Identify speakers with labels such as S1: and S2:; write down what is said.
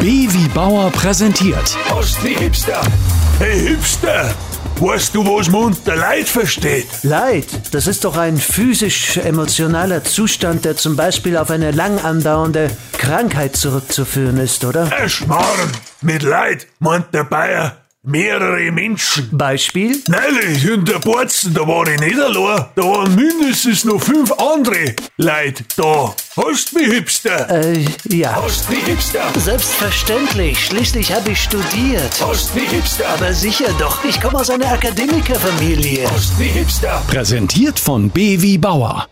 S1: Baby Bauer präsentiert.
S2: Was, die Hipster? Hey, Hipster! Weißt du, was man unter Leid versteht?
S3: Leid, das ist doch ein physisch-emotionaler Zustand, der zum Beispiel auf eine lang andauernde Krankheit zurückzuführen ist, oder?
S2: Ein Schmarrn! Mit Leid meint der Bayer mehrere Menschen.
S3: Beispiel?
S2: Neulich in der Borzen, da war ich nicht allein. Da waren mindestens noch fünf andere Leute da. Hast du mich, Hipster?
S3: Äh, ja.
S2: Hast du mich, Hipster?
S4: Selbstverständlich, schließlich habe ich studiert.
S2: Hast du mich, Hipster?
S4: Aber sicher doch, ich komme aus einer Akademikerfamilie.
S2: Hast du mich, Hipster?
S1: Präsentiert von Baby Bauer.